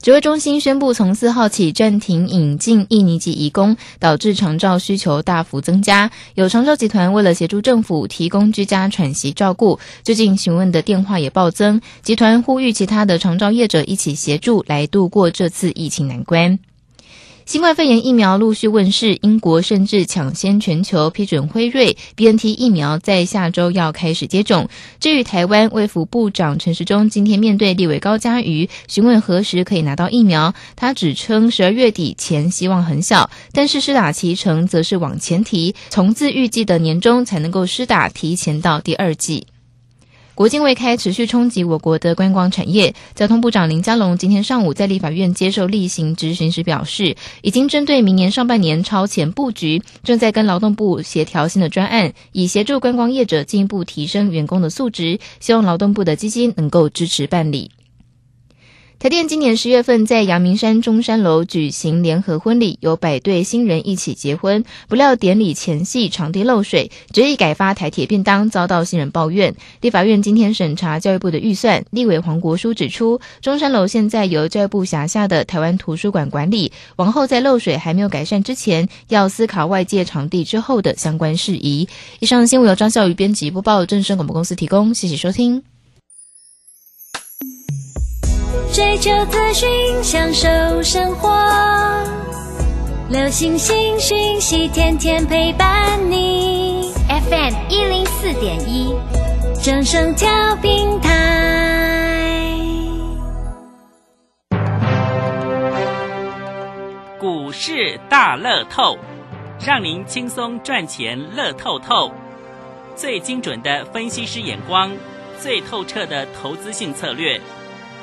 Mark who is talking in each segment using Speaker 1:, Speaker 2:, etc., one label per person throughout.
Speaker 1: 指挥中心宣布，从四号起暂停引进印尼籍移工，导致长照需求大幅增加。有长照集团为了协助政府提供居家喘息照顾，最近询问的电话也暴增。集团呼吁其他的长照业者一起协助，来度过这次疫情难关。新冠肺炎疫苗陆续问世，英国甚至抢先全球批准辉瑞、B N T 疫苗在下周要开始接种。至于台湾卫福部长陈时中今天面对立委高嘉瑜询问何时可以拿到疫苗，他只称十二月底前希望很小，但是施打期程则是往前提，从自预计的年中才能够施打，提前到第二季。国境未开持续冲击我国的观光产业。交通部长林佳龙今天上午在立法院接受例行质询时表示，已经针对明年上半年超前布局，正在跟劳动部协调新的专案，以协助观光业者进一步提升员工的素质。希望劳动部的基金能够支持办理。台电今年十月份在阳明山中山楼举行联合婚礼，有百对新人一起结婚。不料典礼前夕场地漏水，决议改发台铁便当，遭到新人抱怨。立法院今天审查教育部的预算，立委黄国书指出，中山楼现在由教育部辖下的台湾图书馆管理，往后在漏水还没有改善之前，要思考外界场地之后的相关事宜。以上新闻由张孝瑜编辑播报，正声广播公司提供，谢谢收听。
Speaker 2: 追求资讯，享受生活。流星星讯息，天天陪伴你。FM 一零四点一，正声调频台。
Speaker 3: 股市大乐透，让您轻松赚钱乐透透。最精准的分析师眼光，最透彻的投资性策略。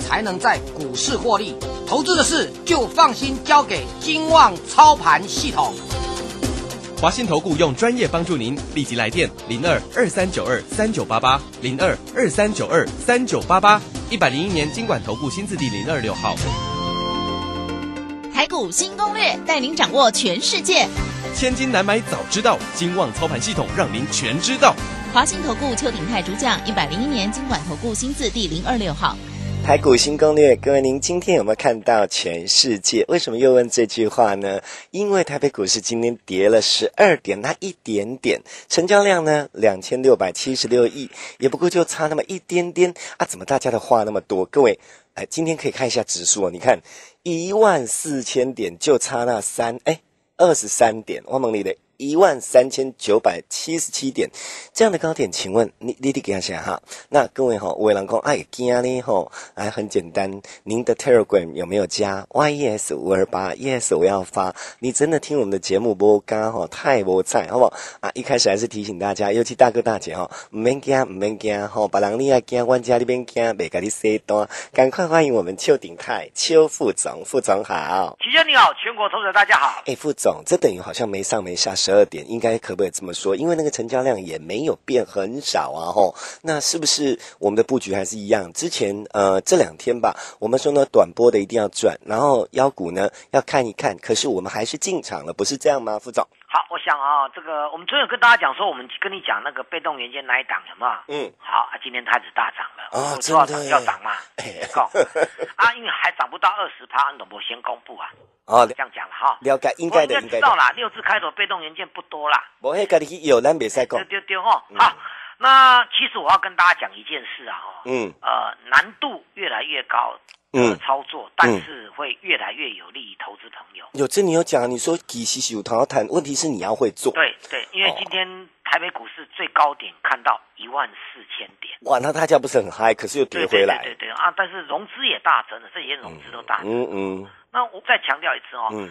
Speaker 4: 才能在股市获利。投资的事就放心交给金旺操盘系统。
Speaker 5: 华信投顾用专业帮助您，立即来电零二二三九二三九八八零二二三九二三九八八，一百零一年经管投顾新字第零二六号。
Speaker 6: 台股新攻略，带您掌握全世界。
Speaker 5: 千金难买早知道，金旺操盘系统让您全知道。
Speaker 6: 华信投顾邱鼎泰主讲，一百零一年经管投顾新字第零二六号。
Speaker 7: 台股新攻略，各位，您今天有没有看到全世界？为什么又问这句话呢？因为台北股市今天跌了十二点，那一点点，成交量呢两千六百七十六亿，也不过就差那么一点点啊！怎么大家的话那么多？各位，哎，今天可以看一下指数哦，你看一万四千点就差那三哎二十三点，汪梦丽的。一万三千九百七十七点，这样的高点，请问你你得给他想哈？那各位哈、哦，伟人公哎，惊呢吼，哎，很简单，您的 Telegram 有没有加 yes 五二八 yes 我要发？你真的听我们的节目不干哈？太无菜好不好？啊，一开始还是提醒大家，尤其大哥大姐哈，唔免惊唔免惊吼，别人你爱惊，阮家那边惊，袂甲你洗单，赶快欢迎我们邱鼎泰邱副总，副总好，
Speaker 8: 齐生你好，全国投资者大家好，
Speaker 7: 哎，副总，这等于好像没上没下。十二点应该可不可以这么说？因为那个成交量也没有变很少啊，吼。那是不是我们的布局还是一样？之前呃这两天吧，我们说呢短波的一定要赚，然后腰股呢要看一看。可是我们还是进场了，不是这样吗，副总？
Speaker 8: 好，我想啊，这个我们昨天有跟大家讲说，我们跟你讲那个被动元件那一档有没有？
Speaker 7: 嗯，
Speaker 8: 好，啊、今天它只大涨了，
Speaker 7: 哦
Speaker 8: 我知道
Speaker 7: 真的
Speaker 8: 涨要涨嘛，
Speaker 7: 哎
Speaker 8: 够、啊，因为还涨不到二十趴，你总不先公布啊，
Speaker 7: 哦，
Speaker 8: 这样讲了哈。
Speaker 7: 了解，应该的，
Speaker 8: 我
Speaker 7: 应该
Speaker 8: 知
Speaker 7: 的
Speaker 8: 道。啦，六字开头被动元件不多啦，
Speaker 7: 我迄个你去有咱袂使
Speaker 8: 丢
Speaker 7: 讲，
Speaker 8: 丢丢哦。
Speaker 4: 嗯
Speaker 8: 好，那其实我要跟大家讲一件事啊，哦，
Speaker 7: 嗯
Speaker 8: 呃，难度越来越高的
Speaker 7: 嗯，
Speaker 8: 操作，但是会越来越有利于投资朋友。
Speaker 7: 有这你有讲，你说其实是有谈要谈，问题是你要会做。，
Speaker 8: 对对，因为今天台北股市最高点看到一万四千点，
Speaker 7: 哇，那大家不是很嗨，可是又
Speaker 8: 对
Speaker 7: 跌
Speaker 8: 对对
Speaker 7: 回来
Speaker 8: 对。对啊！但是融资也大增了，这些融资都大增。
Speaker 7: 嗯嗯
Speaker 8: 那我再强调一次哦，
Speaker 7: 嗯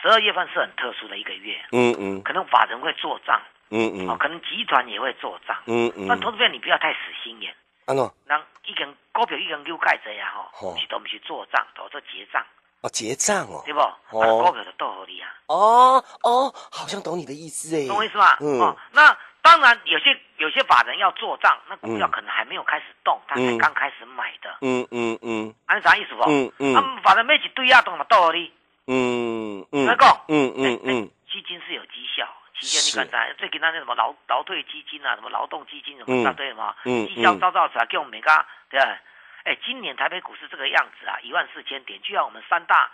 Speaker 8: 十二月份是很特殊的一个月，
Speaker 7: 嗯嗯
Speaker 8: 可能法人会做账，
Speaker 7: 嗯
Speaker 8: 哦，
Speaker 7: 嗯
Speaker 8: 可能集团也会做账。
Speaker 7: 嗯
Speaker 8: 但投
Speaker 7: 嗯，
Speaker 8: 资者你不要太死心眼，
Speaker 7: 安诺
Speaker 8: 人一根股票一根溜盖者呀啊吼
Speaker 7: 哦，
Speaker 8: 是都不是做账，都做结账，
Speaker 7: 哦，结账哦
Speaker 8: 对，不？啊，
Speaker 7: 哦
Speaker 8: 股票就多合理啊，
Speaker 7: 哦哦，好像懂你的意思哎，
Speaker 8: 懂我意思吗？
Speaker 7: 嗯
Speaker 8: 哦，那当然有些有些法人要做账，那股票
Speaker 7: 嗯
Speaker 8: 可能还没有开始动，他
Speaker 7: 嗯
Speaker 8: 才刚开始买的，
Speaker 7: 嗯嗯嗯
Speaker 8: 按啥意思不？
Speaker 7: 嗯嗯
Speaker 8: 啊，法人每一堆啊，懂嘛多合理，
Speaker 7: 嗯嗯，
Speaker 8: 来讲，
Speaker 7: 嗯
Speaker 8: 哎
Speaker 7: 嗯嗯，，
Speaker 8: 哎基金是有绩效。期
Speaker 7: 是
Speaker 8: 间你看咱最简单的什么劳劳退基金啊，什么劳动基金什么
Speaker 7: 嗯
Speaker 8: 一大堆什么，
Speaker 7: 嗯
Speaker 8: 绩效
Speaker 7: 嗯
Speaker 8: 照照起来给我们每个对不对？哎，今年台北股市这个样子啊，一万四千点，居然我们三大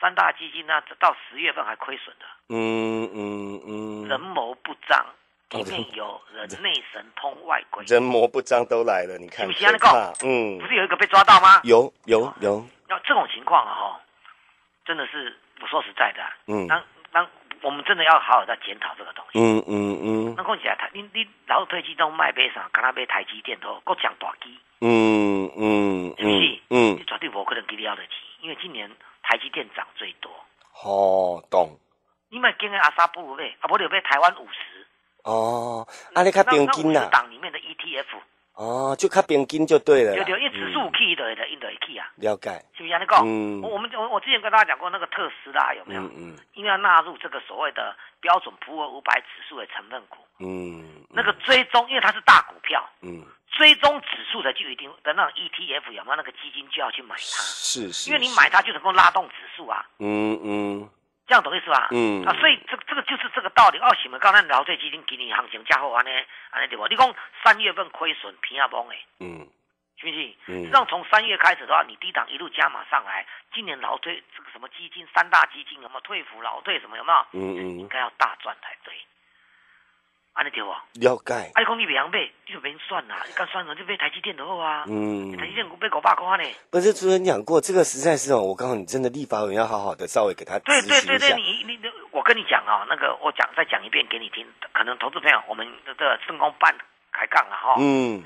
Speaker 8: 三大基金呢、到十月份还亏损的，
Speaker 7: 嗯嗯嗯，
Speaker 8: 人谋不张，里
Speaker 7: 哦
Speaker 8: 面有人内神通外鬼，
Speaker 7: 人魔不张都来了，你看
Speaker 8: 是不是安
Speaker 7: 可
Speaker 8: 尼讲
Speaker 7: 怕，嗯
Speaker 8: 不，是哦有一个被抓到吗？
Speaker 7: 有有有，
Speaker 8: 那这种情况啊，哈，真的是我说实在的啊，
Speaker 7: 嗯
Speaker 8: 当当我们真的要好好的检讨这个东西。
Speaker 7: 嗯嗯嗯
Speaker 8: 那讲起来，台你你老退机都卖买啥，敢若买台积电都搁讲大机，
Speaker 7: 嗯嗯
Speaker 8: 是不是
Speaker 7: 嗯？嗯
Speaker 8: 你，绝对无可能给你要得起，因为今年台积电涨最多。
Speaker 7: 哦，懂
Speaker 8: 你买跟阿萨布鲁买，啊，不就买台湾五十，
Speaker 7: 哦，啊，你较
Speaker 8: 嗯那
Speaker 7: 平
Speaker 8: 那
Speaker 7: 均
Speaker 8: 五十
Speaker 7: 啦，
Speaker 8: 档里面的 E ETF，
Speaker 7: 哦，就较平均就对了啦，
Speaker 8: 对对，因为指数
Speaker 7: 嗯
Speaker 8: key 的的 i n d e key 啊，
Speaker 7: 了解，
Speaker 8: 是不是安尼讲？
Speaker 7: 嗯
Speaker 8: 我我们我我之前跟大家讲过那个特斯拉有没有？
Speaker 7: 嗯嗯
Speaker 8: 因为要纳入这个所谓的标准普尔五百指数的成分股，
Speaker 7: 嗯，
Speaker 8: 那个追踪，因为它是大股票，
Speaker 7: 嗯
Speaker 8: 追踪指数的就一定的那种 ETF 有没有那个基金就要去买它。
Speaker 7: 是是，
Speaker 8: 因为你
Speaker 7: 是
Speaker 8: 买，它就能够拉动指数啊，
Speaker 7: 嗯嗯
Speaker 8: 这样懂意思吧？
Speaker 7: 嗯
Speaker 8: 啊，所以这这个就是这个道理。二喜们刚才劳退基金给你行情价后安呢，安呢对不？你讲三月份亏损平亚崩诶，
Speaker 7: 嗯
Speaker 8: 是不是？
Speaker 7: 嗯
Speaker 8: 实际上从三月开始的话，你低档一路加码上来，今年劳退这个什么基金三大基金有没有退服劳退什么有没有？
Speaker 7: 嗯
Speaker 8: 应
Speaker 7: 嗯，
Speaker 8: 该要大赚才对，安尼对不？啊，
Speaker 7: 了解，
Speaker 8: 你讲你袂晓买，你就免算啦，你敢算了就买台积电就好啊。
Speaker 7: 嗯
Speaker 8: 台积电股买五百块呢，
Speaker 7: 不是主持人讲过，这个实在是哦，我告诉你，真的立法委员要好好的稍微给他
Speaker 8: 对
Speaker 7: 执
Speaker 8: 对
Speaker 7: 行
Speaker 8: 对
Speaker 7: 一
Speaker 8: 对，
Speaker 7: 下。
Speaker 8: 你你你我跟你讲啊、那个我讲再讲一遍给你听，可能投资朋友我们这个圣公办开杠了哈、
Speaker 7: 嗯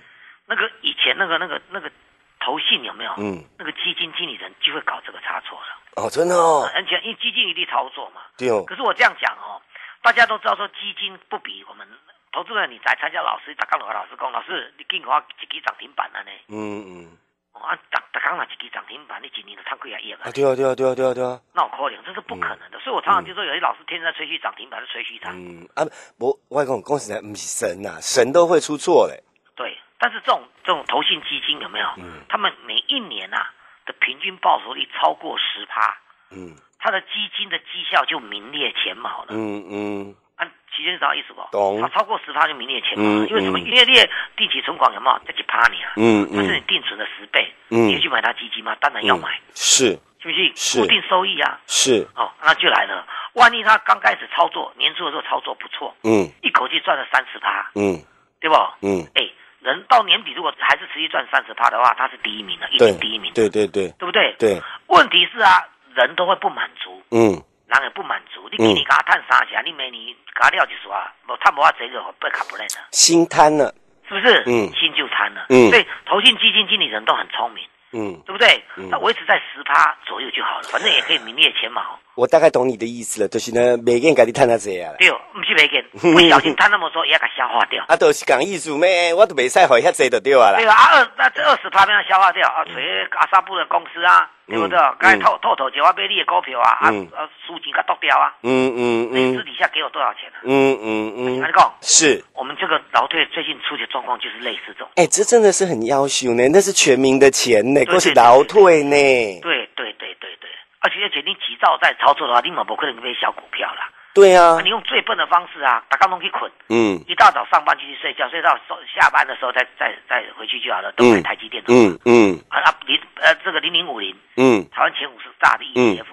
Speaker 8: 那个以前那个那个那个投信有没有？
Speaker 7: 嗯，
Speaker 8: 那个基金经理人就会搞这个差错了，
Speaker 7: 哦，真的哦，
Speaker 8: 而且因为基金一律操作嘛。
Speaker 7: 对哦，
Speaker 8: 可是我这样讲哦，大家都知道说基金不比我们投资人，你来参加老师，打刚和老师讲，老师你给我一支涨停板啊了呢？
Speaker 7: 嗯嗯，
Speaker 8: 哦啊，打打刚拿一支涨停板，你一年就赚几啊亿啊
Speaker 7: 啊？对啊对啊对啊对啊对啊，
Speaker 8: 那我可能这是不可能的。所以我常常就说，有些老师天天在吹嘘涨停板，就吹嘘它。
Speaker 7: 嗯啊，我外公公实在不是神呐、神都会出错嘞。
Speaker 8: 对，但是这种这种投信基金有没有？
Speaker 7: 嗯
Speaker 8: 他们每一年啊的平均报酬率超过十趴，
Speaker 7: 嗯
Speaker 8: 他的基金的绩效就名列前茅了。啊
Speaker 7: 嗯嗯
Speaker 8: 按期间啥意思不？
Speaker 7: 懂
Speaker 8: 它超过十趴就名列前茅了，
Speaker 7: 嗯
Speaker 8: 因为什么？
Speaker 7: 嗯
Speaker 8: 因为列定期存款有没有？这几趴你啊，
Speaker 7: 嗯
Speaker 8: 它是你
Speaker 7: 嗯，
Speaker 8: 定存的十倍，
Speaker 7: 嗯
Speaker 8: 你要去买它基金吗？当然要买，
Speaker 7: 是
Speaker 8: 是不是？
Speaker 7: 是
Speaker 8: 固定收益啊。
Speaker 7: 是，
Speaker 8: 哦，那就来了。万一他刚开始操作，年初的时候操作不错，
Speaker 7: 嗯
Speaker 8: 一口气赚了三十趴，
Speaker 7: 嗯
Speaker 8: 对不？
Speaker 7: 嗯，
Speaker 8: 哎，人到年底如果还是持续赚三十趴的话，他是第一名的，一
Speaker 7: 对
Speaker 8: 定第一名，
Speaker 7: 对对对
Speaker 8: 对不对？。
Speaker 7: 对，
Speaker 8: 问题是啊，人都会不满足，
Speaker 7: 嗯
Speaker 8: 人也不满足。你
Speaker 7: 嗯
Speaker 8: 给你给他探啥去啊？你没你给他料就说啊，我探不到这个被卡不认的，
Speaker 7: 心贪了，
Speaker 8: 是不是？
Speaker 7: 嗯
Speaker 8: 心就贪了。
Speaker 7: 嗯
Speaker 8: 所以投信基金经理人都很聪明，
Speaker 7: 嗯，
Speaker 8: 对不对
Speaker 7: 嗯？
Speaker 8: 那维持在十趴左右就好了，反正也可以名列前茅。
Speaker 7: 我大概懂你的意思了，就是呢，每个人家己探他这样了。
Speaker 8: 对，不是没给， 不小心贪那么多也要给消化掉。
Speaker 7: 啊，都是讲艺术咩，我都没使好遐济就对啊
Speaker 8: 对
Speaker 7: 啦。
Speaker 8: 啊，啊二那这二十趴让消化掉啊，锤阿萨布的公司啊，对不对
Speaker 7: 嗯？
Speaker 8: 该透透透就要买你的股票啊，啊
Speaker 7: 嗯
Speaker 8: 啊，输钱给剁掉啊，
Speaker 7: 嗯嗯
Speaker 8: 你私
Speaker 7: 嗯
Speaker 8: 底下给我多少钱啊？
Speaker 7: 嗯
Speaker 8: 安
Speaker 7: 嗯嗯
Speaker 8: 尼，讲，
Speaker 7: 是。
Speaker 8: 我们这个劳退最近出的状况就是类似这种。
Speaker 7: 哎、这真的是很要求呢，那是全民的钱呢，
Speaker 8: 对
Speaker 7: 都是劳退呢。
Speaker 8: 对对对对对，而且而且你急躁在操作的话，你嘛不可能买小股票啦。
Speaker 7: 对啊
Speaker 8: 啊，你，用最笨的方式啊，把钢龙去捆，
Speaker 7: 嗯
Speaker 8: 一大早上班就去睡觉，睡到收下班的时候再再再回去就好了，都买
Speaker 7: 嗯
Speaker 8: 台积电的。
Speaker 7: 嗯嗯
Speaker 8: 啊啊零呃这个零零五零，
Speaker 7: 嗯，
Speaker 8: 台湾前五十大的 ETF，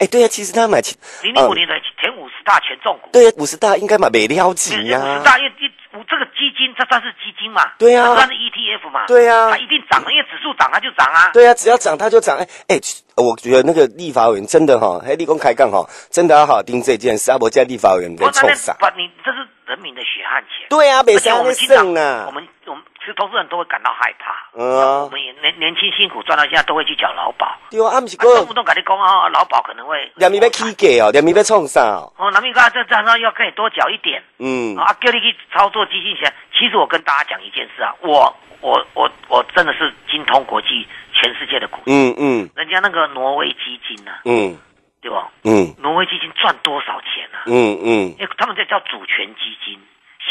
Speaker 7: 哎、对啊，其实他买起，
Speaker 8: 零零五零的前五十大权重股。
Speaker 7: 对啊，五十大应该买没了
Speaker 8: 因为
Speaker 7: 急
Speaker 8: 五
Speaker 7: 呀、
Speaker 8: 十大，因为一我这个基金，这算是基金嘛？
Speaker 7: 对啊
Speaker 8: 它算是 ETF 嘛？
Speaker 7: 对啊
Speaker 8: 它一定涨，因为指数涨它就涨啊。
Speaker 7: 对啊，只要涨它就涨。哎、哎，我觉得那个立法委员真的哈、哦，还立功开杠哈、哦，真的要好好盯这件事。阿伯家立法委员在
Speaker 8: 我那
Speaker 7: 臭
Speaker 8: 边
Speaker 7: 啥？
Speaker 8: 把你这是人民的血汗钱。
Speaker 7: 对啊，北
Speaker 8: 而且我
Speaker 7: 山
Speaker 8: 们
Speaker 7: 会
Speaker 8: 经常
Speaker 7: 胜，啊
Speaker 8: 我。们我们其实投资人都会感到害怕。
Speaker 7: 嗯啊
Speaker 8: 我们也年年轻辛苦赚到现在都会去缴劳保，啊
Speaker 7: 对啊，啊不是
Speaker 8: 动
Speaker 7: 讲
Speaker 8: 不动跟你讲啊，劳保可能会
Speaker 7: 两米要起价哦，两米要冲啥哦？
Speaker 8: 哦，南明哥这账上要跟你多缴一点，
Speaker 7: 嗯，
Speaker 8: 啊，叫你去操作基金钱。其实我跟大家讲一件事啊，我我我我真的是精通国际全世界的股市，
Speaker 7: 嗯嗯
Speaker 8: 人家那个挪威基金呐、啊，
Speaker 7: 嗯
Speaker 8: 对吧？
Speaker 7: 嗯
Speaker 8: 挪威基金赚多少钱啊？
Speaker 7: 嗯嗯
Speaker 8: 哎、他们这叫主权基金。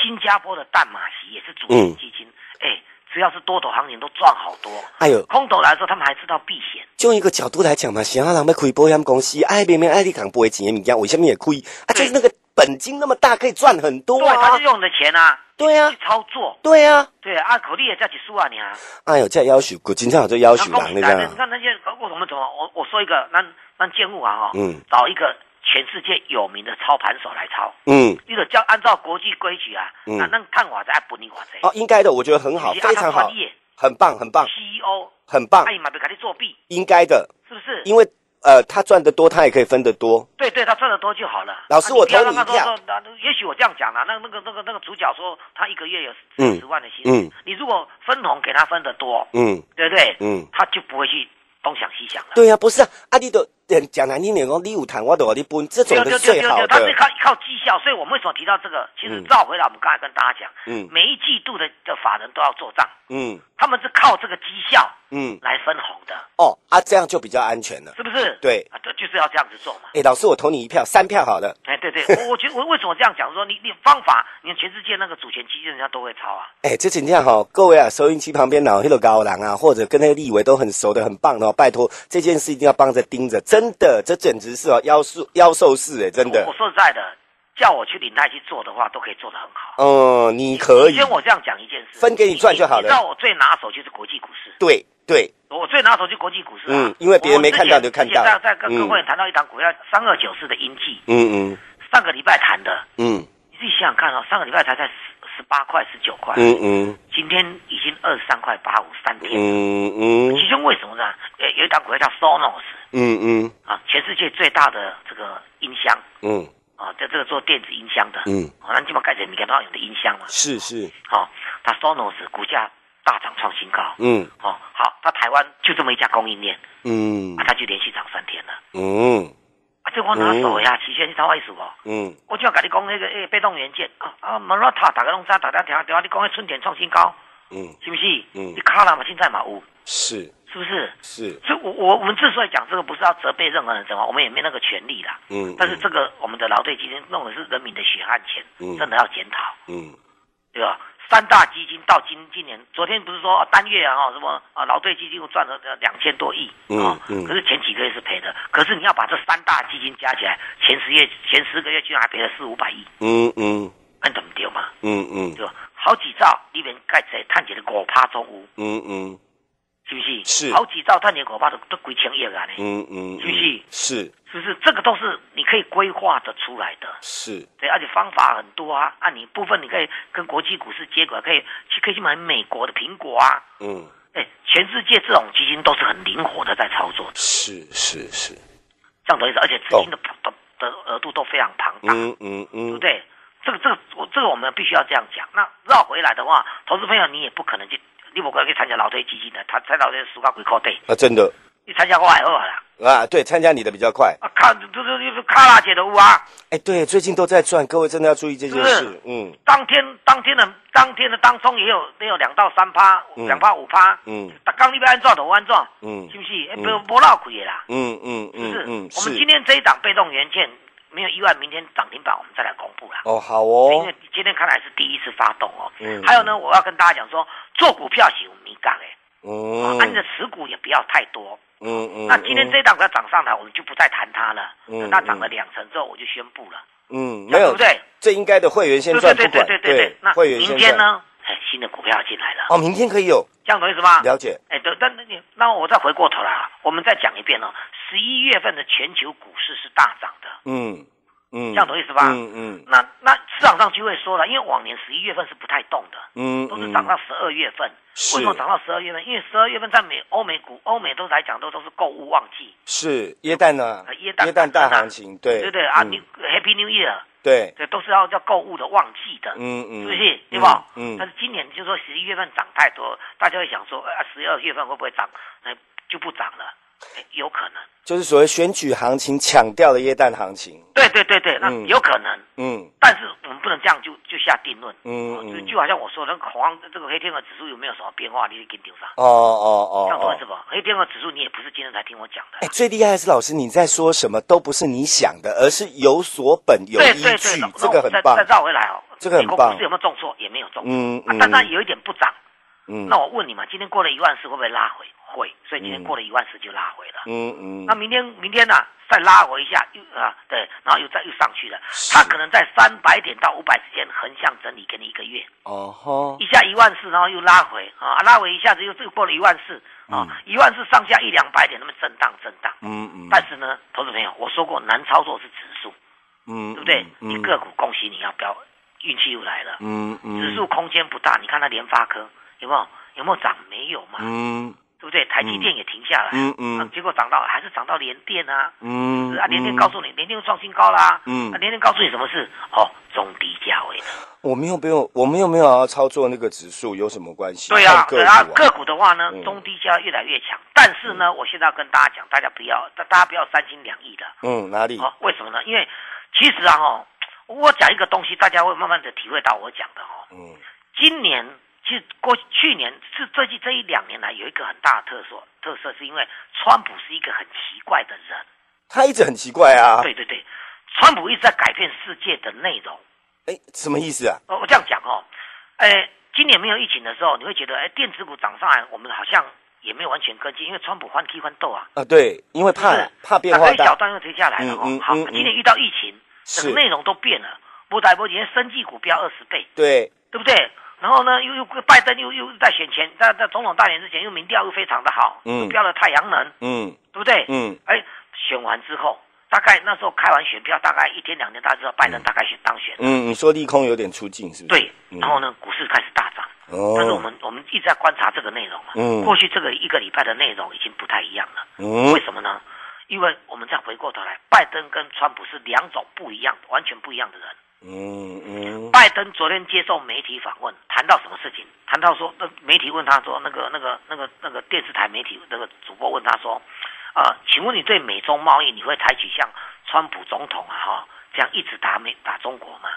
Speaker 8: 新加坡的淡马锡也是主权基金，哎、只要是多头行情都赚好多。
Speaker 7: 哎呦，
Speaker 8: 空头来说，他们还知道避险。
Speaker 7: 就一个角度来讲嘛，想要人要开保险公司，爱明明爱你讲不会钱的物件，为什么也亏？啊，就是那个本金那么大，可以赚很多
Speaker 8: 对，他
Speaker 7: 啊
Speaker 8: 是。用你的钱啊，
Speaker 7: 对啊
Speaker 8: 去，操作。
Speaker 7: 对啊。
Speaker 8: 对，啊，口利也在起输啊，你啊。
Speaker 7: 哎呦，这要求，我经常就要求
Speaker 8: 然后
Speaker 7: 人
Speaker 8: 你
Speaker 7: 你知
Speaker 8: 来
Speaker 7: 道
Speaker 8: 的，
Speaker 7: 吗
Speaker 8: 你？看那些我们怎么，我我说一个，那那建物啊哈、哦，
Speaker 7: 嗯
Speaker 8: 找一个全世界有名的操盘手来操，
Speaker 7: 嗯，
Speaker 8: 你得叫按照国际规矩啊，
Speaker 7: 嗯
Speaker 8: 那那看我在不你我在，
Speaker 7: 哦，应该的，我觉得很好，
Speaker 8: 你是按
Speaker 7: 非
Speaker 8: 照
Speaker 7: 常好
Speaker 8: 专，业 E 哎
Speaker 7: 很棒，很棒，
Speaker 8: CEO，
Speaker 7: 很棒
Speaker 8: 那，你啊嘛别跟你作弊，
Speaker 7: 应该的，
Speaker 8: 是不是？
Speaker 7: 因为呃，他赚得多，他也可以分得多。
Speaker 8: 对对，他赚得多就好了。
Speaker 7: 老师
Speaker 8: 啊
Speaker 7: 我
Speaker 8: 不要
Speaker 7: 投
Speaker 8: 让
Speaker 7: 你
Speaker 8: 他
Speaker 7: 一
Speaker 8: 说
Speaker 7: 票
Speaker 8: 说那那也许我这样讲了、那那个那个那个主角说他一个月有
Speaker 7: 嗯
Speaker 8: 十万的薪水，
Speaker 7: 嗯
Speaker 8: 你如果分红给他分得多，
Speaker 7: 嗯，
Speaker 8: 对不对？
Speaker 7: 嗯
Speaker 8: 他就不会去东想西想了。
Speaker 7: 对呀、不是啊，啊，你都呃讲难听点讲，你有谈我都给你分，这种
Speaker 8: 对
Speaker 7: 的
Speaker 8: 对
Speaker 7: 是最
Speaker 8: 对对
Speaker 7: 好
Speaker 8: 对，它是
Speaker 7: 的。
Speaker 8: 靠靠绩效，所以我们为什么提到这个？其实
Speaker 7: 嗯
Speaker 8: 绕回来，我们刚才跟大家讲，
Speaker 7: 嗯
Speaker 8: 每一季度的的法人都要做账，
Speaker 7: 嗯
Speaker 8: 他们是靠这个绩效
Speaker 7: 嗯，
Speaker 8: 来分红的，
Speaker 7: 哦啊，这样就比较安全了。
Speaker 8: 是不是？
Speaker 7: 对
Speaker 8: 啊，就就是要这样子做嘛。
Speaker 7: 哎，老师，我投你一票，三票好了。
Speaker 8: 哎，对对，我我觉得我为什么这样讲？说你你方法，你全世界那个主权基金人家都会抄啊。
Speaker 7: 哎，这请样哈，各位啊，收音机旁边老黑的高郎啊，或者跟那个立委都很熟的，很棒的、哦，拜托，这件事一定要帮着盯着，真的，这简直是哦，妖术妖兽事哎，真的
Speaker 8: 我我。说实在的，叫我去领泰去做的话，都可以做得很好。
Speaker 7: 嗯，你可以
Speaker 8: 先，我这样讲一件事，
Speaker 7: 分给你赚就好了
Speaker 8: 你知道我最拿手就是国际股市，
Speaker 7: 对对，
Speaker 8: 我最拿手就国际股市啊，
Speaker 7: 嗯因为别人没看到
Speaker 8: 我
Speaker 7: 你就看到
Speaker 8: 之前在在跟
Speaker 7: 嗯
Speaker 8: 各位谈到一档股票三二九四的英记，
Speaker 7: 嗯嗯
Speaker 8: 上个礼拜谈的，
Speaker 7: 嗯
Speaker 8: 你自己想想看哦，上个礼拜才在十十八块、十九块，
Speaker 7: 嗯嗯
Speaker 8: 今天已经二十三块八五三天。
Speaker 7: 嗯嗯
Speaker 8: 其中为什么呢？呃，有一档股票叫 Sonos
Speaker 7: 嗯嗯
Speaker 8: 啊，全世界最大的这个音箱
Speaker 7: 嗯，
Speaker 8: 啊，在这个做电子音箱的，
Speaker 7: 嗯
Speaker 8: 啊，那基本改成你看到有的音箱嘛，
Speaker 7: 是是，
Speaker 8: 好、它哦 Sonos 股价大涨创新高，
Speaker 7: 嗯
Speaker 8: 哦，好，它台湾就这么一家供应链，
Speaker 7: 嗯
Speaker 8: 啊，它就连续涨三天了，
Speaker 7: 嗯
Speaker 8: 啊，这我拿手
Speaker 7: 哦
Speaker 8: 呀，期限你知道我意思不？哦
Speaker 7: 嗯，
Speaker 8: 我就要跟你讲那个诶、被动元件啊啊，马拉塔大家拢知，大家听听你讲，迄春田创新高，
Speaker 7: 嗯
Speaker 8: 是不是？
Speaker 7: 嗯
Speaker 8: 你卡拉嘛，现在嘛有，
Speaker 7: 是
Speaker 8: 是不是？
Speaker 7: 是，
Speaker 8: 所以我，我我们之所以讲这个，不是要责备任何人，怎么，我们也没那个权利啦。
Speaker 7: 嗯
Speaker 8: 但是这个我们的劳队基金弄的是人民的血汗钱，
Speaker 7: 嗯
Speaker 8: 真的要检讨，
Speaker 7: 嗯
Speaker 8: 对吧？三大基金到今今年，昨天不是说、啊单月啊哦什么啊劳队基金又赚了呃两千多亿啊、
Speaker 7: 嗯嗯
Speaker 8: 可是前几个月是赔的，可是你要把这三大基金加起来，前十月前十个月居然还赔了四五百亿，
Speaker 7: 嗯嗯
Speaker 8: 那怎么丢嘛？
Speaker 7: 嗯嗯
Speaker 8: 对吧？好几兆，你们盖谁探起的五趴中午，
Speaker 7: 嗯嗯
Speaker 8: 是不是？
Speaker 7: 是
Speaker 8: 好几兆探起五趴都都几千亿啊呢，
Speaker 7: 嗯嗯，是
Speaker 8: 是不是？这个都是你可以规划的出来的，
Speaker 7: 是，
Speaker 8: 对，而且方法很多啊。按你部分你可以跟国际股市接轨，可以去可以去买美国的苹果啊。
Speaker 7: 嗯
Speaker 8: 哎，全世界这种基金都是很灵活的在操作，
Speaker 7: 是是是，
Speaker 8: 这样懂意思？而且资金的的的额度都非常庞大。
Speaker 7: 哦嗯
Speaker 8: 对不
Speaker 7: 嗯嗯，
Speaker 8: 对？这个这个我这个我们必须要这样讲。那绕回来的话，投资朋友你也不可能去，你不可能去参加老推基金的，他参加老推输到鬼口袋，
Speaker 7: 啊真的
Speaker 8: 你参加我还好啦。
Speaker 7: 啊，对，参加你的比较快，
Speaker 8: 啊，看这这这这卡拉姐的屋啊，
Speaker 7: 哎，对，最近都在赚，各位真的要注意这件事，嗯
Speaker 8: 当天当天的当天的当中也有也有两到三趴，
Speaker 7: 嗯
Speaker 8: 两趴五趴。
Speaker 7: 嗯，
Speaker 8: 刚你要安装的我安装，
Speaker 7: 嗯
Speaker 8: 是不是？哎，
Speaker 7: 嗯
Speaker 8: 不不闹亏的啦，
Speaker 7: 嗯嗯
Speaker 8: 是不是
Speaker 7: 嗯？嗯，
Speaker 8: 我们
Speaker 7: 是
Speaker 8: 今，天这一档被动元件没有意外，明天涨停板我们再来公布啦。
Speaker 7: 哦好
Speaker 8: 因
Speaker 7: 哦
Speaker 8: 为，今天看来是第一次发动哦。
Speaker 7: 嗯
Speaker 8: 还有呢，我要跟大家讲说，做股票行迷杠哎，啊
Speaker 7: 嗯
Speaker 8: 按着持股也不要太多。
Speaker 7: 嗯嗯，
Speaker 8: 那今天这档股票涨上来，我们就不再谈它了。
Speaker 7: 嗯
Speaker 8: 那涨了两成之后，我就宣布了，
Speaker 7: 嗯
Speaker 8: 这
Speaker 7: 没
Speaker 8: 样对
Speaker 7: 有
Speaker 8: 不对？
Speaker 7: 最应该的会员先
Speaker 8: 对
Speaker 7: 赚，
Speaker 8: 对
Speaker 7: 不
Speaker 8: 对
Speaker 7: 管
Speaker 8: 对对对。那
Speaker 7: 会员
Speaker 8: 明
Speaker 7: 先
Speaker 8: 天
Speaker 7: 赚，
Speaker 8: 呢？哎，新的股票要进来了，
Speaker 7: 哦，明天可以有
Speaker 8: 这样懂意思吗？
Speaker 7: 了解。
Speaker 8: 哎，对，但那你那我再回过头来啊，我们再讲一遍哦。十一月份的全球股市是大涨的，
Speaker 7: 嗯，嗯，
Speaker 8: 这样懂意思吧
Speaker 7: 嗯嗯
Speaker 8: 那那市场上就会说了，因为往年十一月份是不太动的，
Speaker 7: 嗯
Speaker 8: 都是涨到十二月份。
Speaker 7: 是
Speaker 8: 为什么涨到十二月份？因为十二月份在美欧美股欧美都来讲都都是购物旺季，
Speaker 7: 是椰蛋呢
Speaker 8: 呃？椰蛋
Speaker 7: 大行情，对
Speaker 8: 对不对啊？
Speaker 7: 嗯
Speaker 8: 你 Happy New Year，
Speaker 7: 对，
Speaker 8: 对，都是要要购物的旺季的。
Speaker 7: 嗯嗯，
Speaker 8: 是不是？对
Speaker 7: 嗯
Speaker 8: 吧？
Speaker 7: 嗯
Speaker 8: 但是今年就说十一月份涨太多，大家会想说，啊，十二月份会不会涨？哎，就不涨了，哎有可能。
Speaker 7: 就是所谓选举行情抢掉了椰蛋行情，
Speaker 8: 对对对对，那
Speaker 7: 嗯
Speaker 8: 有可能，
Speaker 7: 嗯
Speaker 8: 但是我们不能这样就就下定论。
Speaker 7: 嗯
Speaker 8: 哦就
Speaker 7: 嗯
Speaker 8: 就好像我说的，那个恐慌这个黑天鹅指数有没有什么变化，你也跟丢上。
Speaker 7: 哦哦哦
Speaker 8: 这样说
Speaker 7: 哦
Speaker 8: 是。吧？黑天鹅指数你也不是今天才听我讲的
Speaker 7: 哎，。最厉害的是老师，你在说什么都不是你想的，而是有所本有
Speaker 8: 对
Speaker 7: 依
Speaker 8: 对对
Speaker 7: 据，，
Speaker 8: 那
Speaker 7: 这
Speaker 8: 那
Speaker 7: 个
Speaker 8: 我
Speaker 7: 很
Speaker 8: 再
Speaker 7: 棒
Speaker 8: 再。绕回来哦，
Speaker 7: 这个很
Speaker 8: 美国
Speaker 7: 棒
Speaker 8: 股市有没有重挫？也没有重挫，
Speaker 7: 嗯
Speaker 8: 啊
Speaker 7: 嗯，
Speaker 8: 但它有一点不涨。
Speaker 7: 嗯
Speaker 8: 那我问你嘛，今天过了一万四会不会拉回？会，所以今天过了一万四就拉回了。
Speaker 7: 嗯嗯
Speaker 8: 那，明天明天呢、啊再拉回一下，又啊对，然后又再又上去了，
Speaker 7: 是
Speaker 8: 它可能在三百点到五百之间横向整理给你一个月，
Speaker 7: 哦吼，
Speaker 8: 一下一万四，然后又拉回啊，拉回一下子又又过了一万四啊，一万四上下一两百点，那么震荡震荡。
Speaker 7: 嗯嗯，
Speaker 8: 但是呢，投资朋友，我说过难操作是指数，
Speaker 7: 嗯，
Speaker 8: 对不对？
Speaker 7: 嗯
Speaker 8: 你个股恭喜你要标，运气又来了，
Speaker 7: 嗯嗯，
Speaker 8: 指数空间不大，你看它联发科有没有有没有涨？没有嘛，
Speaker 7: 嗯
Speaker 8: 对不对？台积电也停下来，
Speaker 7: 嗯嗯
Speaker 8: 啊结果涨到还是涨到联电啊，
Speaker 7: 嗯，
Speaker 8: 啊，联电告诉你，联电创新高啦，
Speaker 7: 嗯
Speaker 8: 啊，联电告诉你什么事？哦，中低价位的，
Speaker 7: 我们又没有，我们又没有要操作那个指数，有什么关系？
Speaker 8: 对啊
Speaker 7: 看，
Speaker 8: 对
Speaker 7: 个
Speaker 8: 啊，
Speaker 7: 股
Speaker 8: 个
Speaker 7: 啊，
Speaker 8: 股的话呢
Speaker 7: 嗯，
Speaker 8: 中低价越来越强，但是呢，我现在要跟大家讲，大家不要，大大家不要三心两意的，
Speaker 7: 嗯，哪里？
Speaker 8: 哦，为什么呢？因为其实啊，哦，我讲一个东西，大家会慢慢的体会到我讲的哦，
Speaker 7: 嗯
Speaker 8: 今年。其实过去年是最近这一两年来有一个很大的特色，特色是因为川普是一个很奇怪的人，
Speaker 7: 他一直很奇怪啊，
Speaker 8: 对对对，川普一直在改变世界的内容，
Speaker 7: 哎，什么意思啊？
Speaker 8: 呃，我这样讲哦，呃，今年没有疫情的时候，你会觉得，哎、电子股涨上来，我们好像也没有完全跟进，因为川普换踢换斗啊，
Speaker 7: 啊，对，因为怕
Speaker 8: 是
Speaker 7: 怕变化
Speaker 8: 一小
Speaker 7: 大，
Speaker 8: 段又推下来了哦。
Speaker 7: 嗯嗯
Speaker 8: 好，
Speaker 7: 嗯
Speaker 8: 今年遇到疫情，
Speaker 7: 是
Speaker 8: 整个内容都变了，波台波今天生技股飙二十倍，
Speaker 7: 对，
Speaker 8: 对不对？然后呢，又又拜登又又在选前，在在总统大选之前，又民调又非常的好，
Speaker 7: 嗯
Speaker 8: 又飙了太阳能，
Speaker 7: 嗯
Speaker 8: 对不对？
Speaker 7: 嗯，
Speaker 8: 哎，选完之后，大概那时候开完选票，大概一天两天，大家知道拜登大概选当选了，
Speaker 7: 嗯，你说利空有点出境是不是？
Speaker 8: 对，然后呢，股市开始大涨。
Speaker 7: 哦，
Speaker 8: 但是我们我们一直在观察这个内容嘛，啊
Speaker 7: 嗯
Speaker 8: 过去这个一个礼拜的内容已经不太一样了，
Speaker 7: 嗯
Speaker 8: 为什么呢？因为我们再回过头来，拜登跟川普是两种不一样、完全不一样的人。
Speaker 7: 嗯嗯
Speaker 8: 拜登昨天接受媒体访问，谈到什么事情？谈到说，那媒体问他说，那个、那个、那个、那个电视台媒体那个主播问他说，啊、请问你对美中贸易你会采取像川普总统啊哈、这样一直打美打中国吗？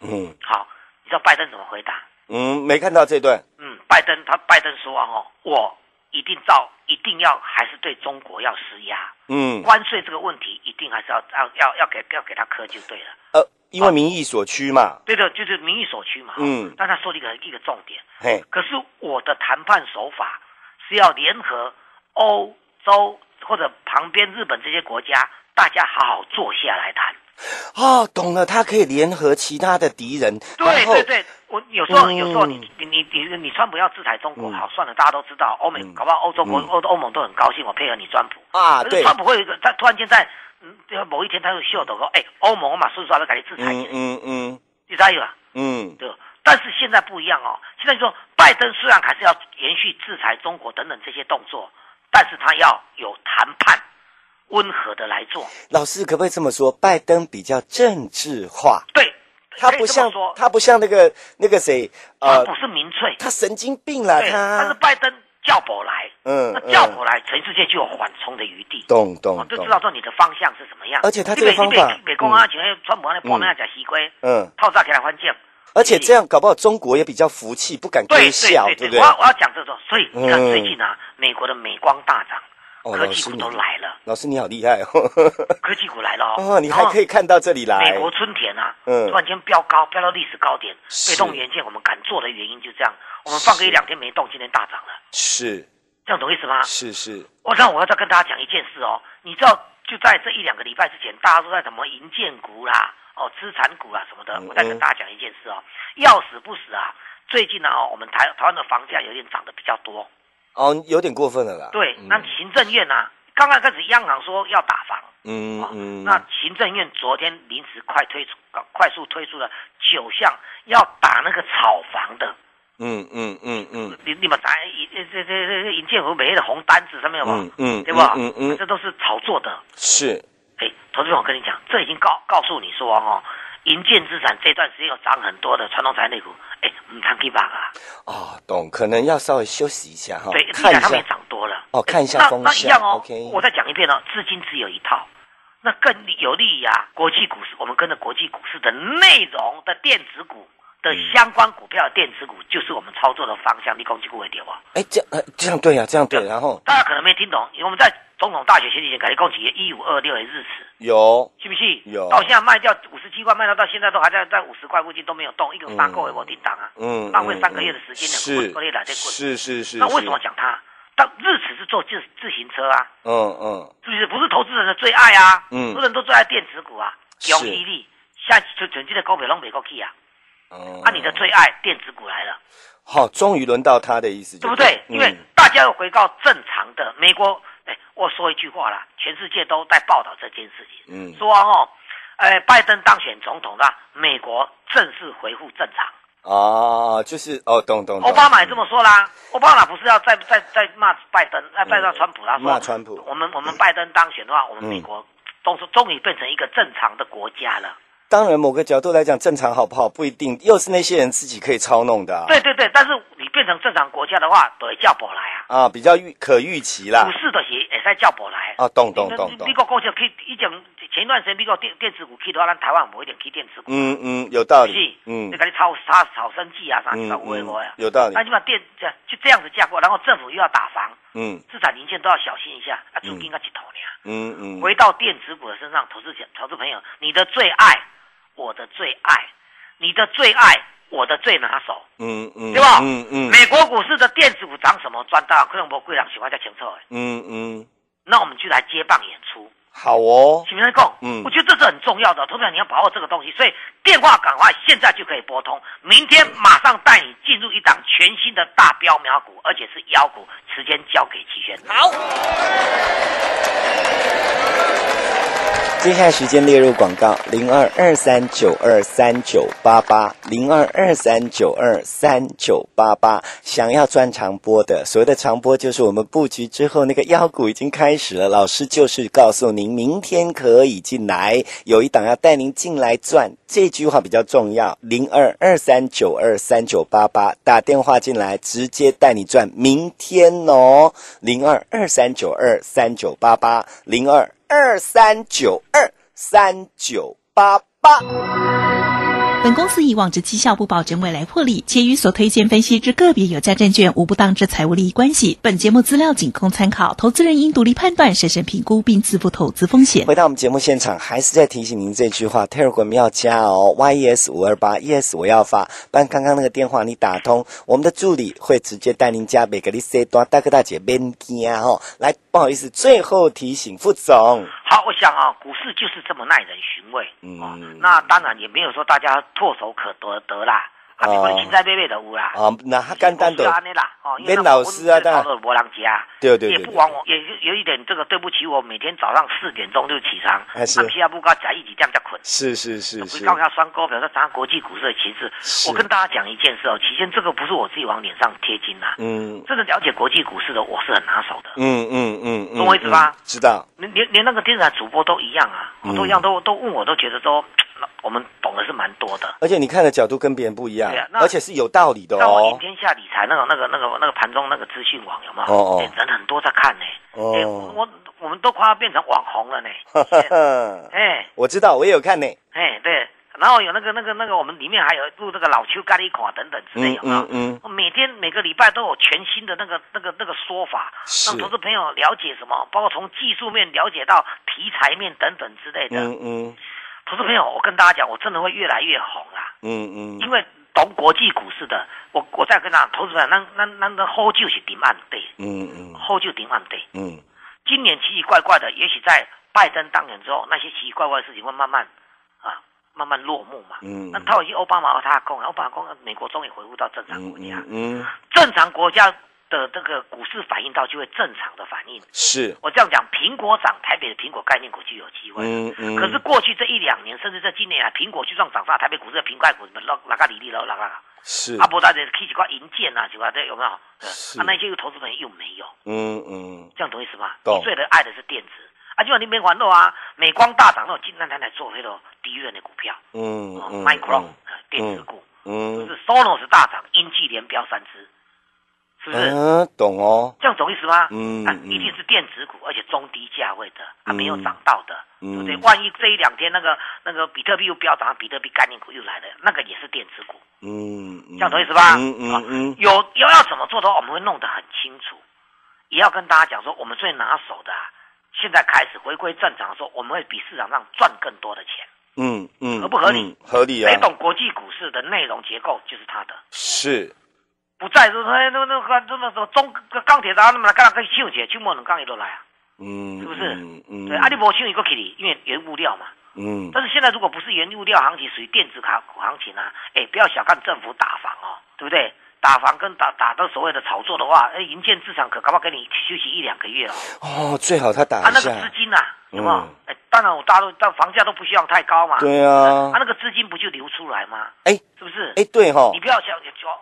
Speaker 7: 嗯
Speaker 8: 好，你知道拜登怎么回答？
Speaker 7: 嗯，没看到这段，
Speaker 8: 嗯，拜登他拜登说啊，哦，我一定照，一定要还是对中国要施压，
Speaker 7: 嗯
Speaker 8: 关税这个问题一定还是要要要要给要给他磕就对了。
Speaker 7: 呃，因为民意所趋嘛，
Speaker 8: 对的，就是民意所趋嘛。
Speaker 7: 嗯
Speaker 8: 但他说了一个一个重点，
Speaker 7: 嘿，
Speaker 8: 可是我的谈判手法是要联合欧洲或者旁边日本这些国家，大家好好坐下来谈。
Speaker 7: 哦，懂了，他可以联合其他的敌人，
Speaker 8: 对
Speaker 7: 然后
Speaker 8: 对，对，我有时候
Speaker 7: 嗯
Speaker 8: 有时候你你你你你川普要制裁中国，
Speaker 7: 嗯
Speaker 8: 好算了，大家都知道，欧美
Speaker 7: 嗯
Speaker 8: 搞不好欧洲国
Speaker 7: 嗯
Speaker 8: 欧欧盟都很高兴，我配合你川普
Speaker 7: 啊
Speaker 8: 可
Speaker 7: 对
Speaker 8: 是川普会有一个，他突然间在嗯，对啊某一天他就秀的说，哎，欧盟我马顺刷都给你制裁
Speaker 7: 嗯
Speaker 8: 你，
Speaker 7: 嗯嗯
Speaker 8: 你猜有啊？
Speaker 7: 嗯，
Speaker 8: 对，但是现在不一样哦，现在就说拜登虽然还是要延续制裁中国等等这些动作，但是他要有谈判，温和的来做，
Speaker 7: 老师可不可以这么说？拜登比较政治化，
Speaker 8: 对，
Speaker 7: 他
Speaker 8: 可以
Speaker 7: 不
Speaker 8: 这么
Speaker 7: 像
Speaker 8: 说，
Speaker 7: 他不像那个那个谁，
Speaker 8: 川
Speaker 7: 呃
Speaker 8: 普，是民粹，
Speaker 7: 他神经病啦，
Speaker 8: 对，但是
Speaker 7: 他，
Speaker 8: 拜登叫我来，
Speaker 7: 嗯
Speaker 8: 那
Speaker 7: 嗯
Speaker 8: 叫我来，全世界就有缓冲的余地。
Speaker 7: 懂
Speaker 8: 我
Speaker 7: 懂
Speaker 8: 哦就
Speaker 7: 懂
Speaker 8: 知，道说你的方向是什么样，
Speaker 7: 而且他这个方法
Speaker 8: 你美国啊，前面川普那破面啊，讲西归，
Speaker 7: 嗯，
Speaker 8: 套炸起来翻剑，
Speaker 7: 而且这样搞不好中国也比较服气，不敢
Speaker 8: 对
Speaker 7: 归
Speaker 8: 对
Speaker 7: 笑，
Speaker 8: 对
Speaker 7: 对不
Speaker 8: 对，
Speaker 7: 对
Speaker 8: 我？要我要讲这种，所以你看
Speaker 7: 嗯
Speaker 8: 最近啊，美国的美光大涨，
Speaker 7: 哦，
Speaker 8: 科
Speaker 7: 老
Speaker 8: 技
Speaker 7: 师
Speaker 8: 股
Speaker 7: 你
Speaker 8: 都来了，
Speaker 7: 老师你好厉害哦，
Speaker 8: 科技股来了
Speaker 7: 哦，你还可以。看到这里
Speaker 8: 然后
Speaker 7: 来
Speaker 8: 美，国春田啊，
Speaker 7: 嗯
Speaker 8: 突然间飙高，飙到历史高点，
Speaker 7: 是
Speaker 8: 被动元件我们敢做的原因就这样，我们放个一
Speaker 7: 是
Speaker 8: 两天没动，今天大涨了，
Speaker 7: 是
Speaker 8: 这样懂意思吗？
Speaker 7: 是是，
Speaker 8: 我那我要再跟大家讲一件事哦，你知道就在这一两个礼拜之前，大家都在什么银建股啦、哦资产股啦什么的
Speaker 7: 嗯，
Speaker 8: 我再跟大家讲一件事哦，要死不死啊！最近呢、哦，我们台台湾的房价有点涨得比较多，
Speaker 7: 哦，有点过分了啦，
Speaker 8: 对，那行政院呢、刚刚开始央行说要打房，
Speaker 7: 嗯
Speaker 8: 啊
Speaker 7: 嗯，
Speaker 8: 那行政院昨天临时快推出、快速推出了九项要打那个炒房的，
Speaker 7: 嗯嗯嗯嗯
Speaker 8: 你你们咱这这这这银建和美的红单子上面有吗？
Speaker 7: 嗯嗯，
Speaker 8: 对吧？
Speaker 7: 嗯嗯，嗯
Speaker 8: 这都是炒作的。
Speaker 7: 是，
Speaker 8: 哎，投资人，我跟你讲，这已经告告诉你说哦，银建资产这段时间有涨很多的传统产业类股，哎，唔谈 K 八啊，
Speaker 7: 哦，懂，可能要稍微休息一下哈，
Speaker 8: 对，
Speaker 7: 哦看一
Speaker 8: 他们也
Speaker 7: 下，
Speaker 8: 涨多了。
Speaker 7: 哦
Speaker 8: 哎
Speaker 7: 看一下
Speaker 8: 那
Speaker 7: 风
Speaker 8: 那一
Speaker 7: 向
Speaker 8: 样哦
Speaker 7: OK
Speaker 8: 我再讲一遍哦，资金只有一套，那更有利于啊国际股市，我们跟着国际股市的内容的电子股。的
Speaker 7: 嗯
Speaker 8: 相关股票的电子股就是我们操作的方向，你攻击股会点啊？
Speaker 7: 哎，这样呃这样对呀，这样对，然后
Speaker 8: 大家可能没听懂，因为我们在总统大选前几天，改立共企业一五二六的日子，
Speaker 7: 有，
Speaker 8: 信不信？
Speaker 7: 有
Speaker 8: 到现在卖掉五十七块，卖到到现在都还在在五十块附近都没有动，一个发购也没有叮当啊，
Speaker 7: 嗯，
Speaker 8: 浪费
Speaker 7: 嗯
Speaker 8: 三个月的时间两个滚
Speaker 7: 是
Speaker 8: 过来来再滚。
Speaker 7: 是是是，
Speaker 8: 那为什
Speaker 7: 是
Speaker 8: 么？讲它？但日子是做自自行车啊，
Speaker 7: 嗯嗯，
Speaker 8: 是不是？不是投资人的最爱啊，
Speaker 7: 嗯
Speaker 8: 很多人都最爱电子股啊，
Speaker 7: 是
Speaker 8: 永毅力，现在准准记的高北拢没过去啊，
Speaker 7: 哦
Speaker 8: 啊，你的最爱电子股来了。
Speaker 7: 好，终于轮到他的意思就
Speaker 8: 对
Speaker 7: 了，
Speaker 8: 不对？因为
Speaker 7: 嗯
Speaker 8: 大家要回到正常的美国。哎，我说一句话啦，全世界都在报道这件事情，
Speaker 7: 嗯
Speaker 8: 说哦，哎，拜登当选总统啦，美国正式恢复正常。
Speaker 7: 啊，就是哦，懂懂，懂
Speaker 8: 奥巴马也这么说啦，奥巴马不是要再再再骂拜登，再再骂川普啦，他说
Speaker 7: 嗯骂川普嗯
Speaker 8: 我们我们拜登当选的话，我们美国终终于变成一个正常的国家了。
Speaker 7: 当然，某个角度来讲，正常好不好不一定，又是那些人自己可以操弄的、啊。
Speaker 8: 对对对，但是你变成正常国家的话，得叫不来啊，
Speaker 7: 啊，比较预可预期啦
Speaker 8: 股。市的也也在叫不来。
Speaker 7: 啊，懂懂懂懂
Speaker 8: 美。国股票去，以前前一段时间美国电电子股去的话，咱台湾无一定去电子股，
Speaker 7: 嗯嗯，有道
Speaker 8: 是
Speaker 7: 理。嗯
Speaker 8: 你给你炒炒炒生计啊，啥
Speaker 7: 嗯
Speaker 8: 啥五位我呀
Speaker 7: 嗯，，有道理
Speaker 8: 那。你把电这就这样子架构，然后政府又要打房，
Speaker 7: 嗯
Speaker 8: 资产零件都要小心一下，啊，租金要去投呢。
Speaker 7: 嗯嗯，
Speaker 8: 回到电子股的身上，投资者、投资朋友，你的最爱，我的最爱，你的最爱，我的最拿手，
Speaker 7: 嗯嗯，
Speaker 8: 对吧？
Speaker 7: 嗯嗯
Speaker 8: 美国股市的电子股涨什么赚到，可能我贵人喜欢在清楚的。
Speaker 7: 嗯嗯，
Speaker 8: 那我们就来接棒演出。
Speaker 7: 好哦。
Speaker 8: 请问共，
Speaker 7: 嗯
Speaker 8: 我觉得这是很重要的，投资者你要把握这个东西，所以电话赶快现在就可以拨通，明天马上带你进入一档全新的大标苗股，而且是妖股，时间交给齐轩。好，
Speaker 7: 接下来时间列入广告，零二二三九二三九八八，零二二三九二三九八八。想要赚长波的，所谓的长波就是我们布局之后那个妖股已经开始了，老师就是告诉您，明天可以进来，有一档要带您进来赚，这句话比较重要。零二二三九二三九八八，打电话进来直接带你赚明天哦，零二二三九二三九八八，零二。二三九二三九八八。
Speaker 6: 本公司以往之绩效不保证未来获利，且与所推荐分析之个别有价证券无不当之财务利益关系。本节目资料仅供参考，投资人应独立判断、审慎评估并自负投资风险。
Speaker 7: 回到我们节目现场，还是在提醒您这句话：Telegram 要加哦，yes 五二八，yes 我要发。不然刚刚那个电话你打通，我们的助理会直接带您加，每个你 say 多大哥大姐别惊哦。来，不好意思，最后提醒副总，
Speaker 8: 好，我想啊，股市就是这么耐人寻味，
Speaker 7: 嗯
Speaker 8: 哦，那当然也没有说大家唾手可得得啦，啊，
Speaker 7: 哦
Speaker 8: 没关系，青菜妹妹的有啦，
Speaker 7: 啊，那干单
Speaker 8: 都
Speaker 7: 的
Speaker 8: 是，安尼啦，哦，因为
Speaker 7: 免老师啊
Speaker 8: 当
Speaker 7: 当然
Speaker 8: 然没人家，
Speaker 7: 对对
Speaker 8: 也
Speaker 7: 对
Speaker 8: 不枉我，也就有一点这个对不起我，每天早上四点钟就起床，啊
Speaker 7: 哎是
Speaker 8: 按皮亚布高假一起这样才困。啊
Speaker 7: 是是是是，
Speaker 8: 刚要双高，表示咱国际股市的旗帜。
Speaker 7: 是
Speaker 8: 我跟大家讲一件事哦，期间这个不是我自己往脸上贴金呐、
Speaker 7: 嗯
Speaker 8: 真的了解国际股市的我是很拿手的。
Speaker 7: 嗯嗯嗯嗯，
Speaker 8: 懂我意思吧
Speaker 7: 嗯知道，
Speaker 8: 连连连那个电视台主播都一样啊，
Speaker 7: 嗯
Speaker 8: 都一样，都都问我，都觉得说我们懂得是蛮多的。
Speaker 7: 而且你看的角度跟别人不一样
Speaker 8: 对啊，那
Speaker 7: 而且是有道理的
Speaker 8: 那我
Speaker 7: 哦
Speaker 8: 影。天下理财那个那个那个那个盘中那个资讯网有没有？
Speaker 7: 哦哦
Speaker 8: 哎人很多在看呢、
Speaker 7: 哦
Speaker 8: 哎我我我们都快要变成网红了呢、 哎
Speaker 7: 我知道，我也有看呢。
Speaker 8: 哎，对。然后有那个那个那个，我们里面还有录那个老邱咖喱款等等之类有
Speaker 7: 嗯
Speaker 8: 没有
Speaker 7: 嗯嗯，
Speaker 8: 每天每个礼拜都有全新的那个那个那个说法，
Speaker 7: 是
Speaker 8: 让投资朋友了解什么，包括从技术面了解到题材面等等之类的。
Speaker 7: 嗯嗯
Speaker 8: 投资朋友，我跟大家讲，我真的会越来越红啦，
Speaker 7: 嗯
Speaker 8: 因
Speaker 7: 嗯
Speaker 8: 为懂国际股市的，我我再跟大家讲投资朋友，那那那那后就是顶岸对，
Speaker 7: 嗯嗯
Speaker 8: 后就顶岸对。
Speaker 7: 嗯，
Speaker 8: 今年奇奇怪怪的，也许在拜登当选之后，那些奇奇怪怪的事情会慢慢啊慢慢落幕嘛。
Speaker 7: 嗯
Speaker 8: 那套已经奥巴马和他讲，奥巴马讲美国终于恢复到正常
Speaker 7: 嗯
Speaker 8: 国家，
Speaker 7: 嗯嗯，
Speaker 8: 正常国家的这个股市反应到就会正常的反应。
Speaker 7: 是，
Speaker 8: 我这样讲，苹果涨，台北的苹果概念股就有机会。
Speaker 7: 嗯嗯
Speaker 8: 可是过去这一两年，甚至这今年来，苹果就算涨上，台北股市的苹概股什么拉拉个里里了，拉个。
Speaker 7: 是
Speaker 8: 啊，，不，大家去几块银建啊，几块这有没有？对
Speaker 7: 是
Speaker 8: 啊，那些投资人又没有，
Speaker 7: 嗯嗯，
Speaker 8: 这样懂意思吗？
Speaker 7: 懂
Speaker 8: 你最的爱的是电子啊，就像你没玩到啊，美光大涨那种，金南台来做黑的低润的股票，
Speaker 7: 嗯
Speaker 8: 哦
Speaker 7: 嗯
Speaker 8: m i c r o
Speaker 7: 嗯
Speaker 8: 电子股，就
Speaker 7: 嗯，
Speaker 8: 是 Sonos 大涨，英记连标三只，是不是？
Speaker 7: 嗯，懂哦，
Speaker 8: 这样懂意思吗？
Speaker 7: 嗯
Speaker 8: 啊，
Speaker 7: 嗯
Speaker 8: 一定是电子股，而且中低价位的，啊，
Speaker 7: 嗯
Speaker 8: 没有涨到的，
Speaker 7: 嗯
Speaker 8: 对不对？万一这一两天那个那个比特币又飙涨，比特币概念股又来了，那个也是电子股，
Speaker 7: 嗯，嗯
Speaker 8: 这样懂意思吧？
Speaker 7: 嗯
Speaker 8: 啊
Speaker 7: 嗯嗯，
Speaker 8: 有有要怎么做的话，我们会弄得很清楚，也要跟大家讲说，我们最拿手的、啊，现在开始回归正常的时候，我们会比市场上赚更多的钱。
Speaker 7: 嗯嗯，
Speaker 8: 合不合理
Speaker 7: 嗯？合理啊
Speaker 8: 谁，懂国际股市的内容结构就是他的。
Speaker 7: 是，
Speaker 8: 不在说那那那个那那中钢铁啥那么来干，跟抢去，抢无两钢伊都来啊。
Speaker 7: 嗯，
Speaker 8: 是不是
Speaker 7: 嗯嗯，
Speaker 8: 对，啊，你无抢伊个起哩，因为原物料嘛。
Speaker 7: 嗯，
Speaker 8: 但是现在如果不是原物料行情，属于电子卡股行情啊，哎，不要小看政府打房哦，对不对？打房跟打打的所谓的炒作的话，哎，银建市场可搞不好给你休息一两个月哦。
Speaker 7: 哦，最好他
Speaker 8: 啊
Speaker 7: 打，一
Speaker 8: 那个资
Speaker 7: 下，
Speaker 8: 金呐、啊，有没有
Speaker 7: 嗯？
Speaker 8: 哎、当然我大陆但房价都不希望太高嘛。
Speaker 7: 对啊
Speaker 8: 啊，那个资金不就流出来吗？
Speaker 7: 哎
Speaker 8: 是不是？
Speaker 7: 哎，对哈
Speaker 8: 你，不要想，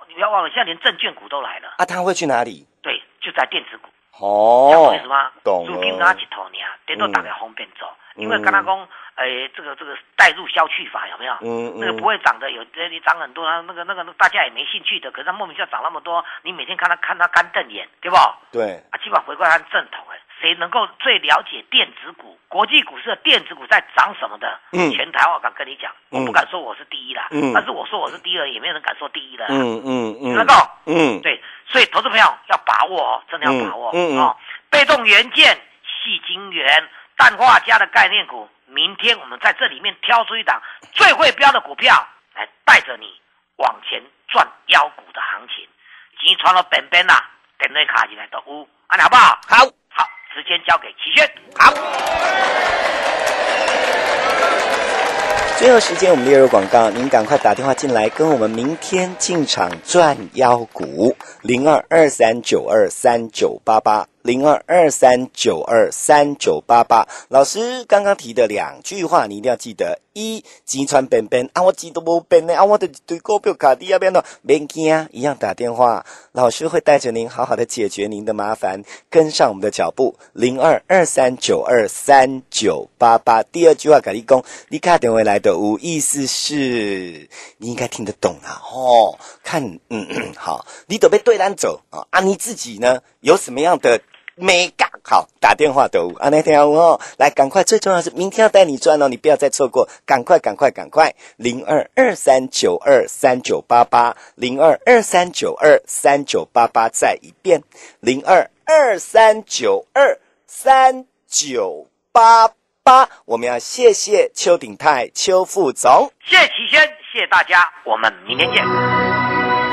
Speaker 8: 你不要忘了，现在连证券股都来了，
Speaker 7: 啊，他会去哪里？
Speaker 8: 对，就在电子股。讲
Speaker 7: 哦
Speaker 8: 懂意思吗？，
Speaker 7: 懂
Speaker 8: 资金拿
Speaker 7: 了
Speaker 8: 一，头呢，等到大家方便走。
Speaker 7: 嗯
Speaker 8: 因为刚刚讲，诶、这个这个带入消去法有没有？
Speaker 7: 嗯嗯
Speaker 8: 那个不会涨的有，这你涨很多，然后那个那个大家也没兴趣的，可是它莫名其妙涨那么多，你每天看它看它干瞪眼，对不？啊，
Speaker 7: 对，
Speaker 8: 基本上回过来看正统哎，谁能够最了解电子股、国际股市的电子股在涨什么的？
Speaker 7: 嗯
Speaker 8: 全台湾我敢跟你讲，
Speaker 7: 嗯
Speaker 8: 我不敢说我是第一啦，
Speaker 7: 嗯
Speaker 8: 但是我说我是第二，也没有人敢说第一的啦。
Speaker 7: 嗯嗯嗯，
Speaker 8: 那个
Speaker 7: 嗯，
Speaker 8: 对，所以投资朋友要把握哦，真的要把握、
Speaker 7: 嗯嗯嗯
Speaker 8: 哦。被动元件、细晶圆、氮化镓的概念股，明天我们在这里面挑出一档最会标的股票，来带着你往前赚妖股的行情。集传了本本呐，等那卡进来都有，安好不好？
Speaker 7: 好，
Speaker 8: 好，时间交给齐轩。
Speaker 7: 最后时间我们列入广告，您赶快打电话进来，跟我们明天进场赚妖股，零二二三九二三九八八，零二二三九二三九八八。老师刚刚提的两句话，你一定要记得：一，击穿本本啊，我记都不本呢啊，我的对股票卡地要变的，别惊啊，一样打电话，老师会带着您好好的解决您的麻烦，跟上我们的脚步，零二二三九二三九八八。第二句话，跟你讲，你打电话来的无意思是，你应该听得懂啊，哦，看，嗯嗯，好，你准备对单走啊，啊，你自己呢有什么样的美感？好，打电话都啊，那天啊，哦，来，赶快，最重要是明天要带你赚哦，你不要再错过，赶快，赶快，赶快，零二二三九二三九八八，零二二三九二三九八八，再一遍，零二二三九二三九八八，我们要谢谢邱鼎泰邱副总。
Speaker 8: 谢谢齐轩，谢谢大家，我们明天见。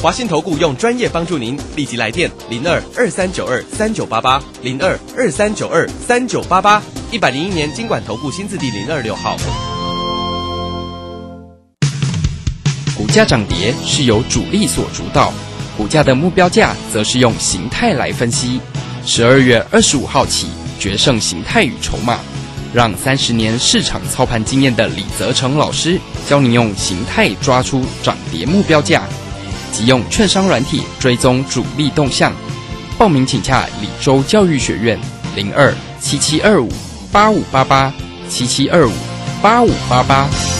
Speaker 5: 华信投顾用专业帮助您，立即来电零二二三九二三九八八零二二三九二三九八八，一百零一年经管投顾新字第零二六号。
Speaker 9: 股价涨跌是由主力所主导，股价的目标价则是用形态来分析。十二月二十五号起，决胜形态与筹码，让三十年市场操盘经验的李泽成老师教你用形态抓出涨跌目标价，即用券商软体追踪主力动向。报名请洽李州教育学院零二七七二五八五八八七七二五八五八八。7725 8588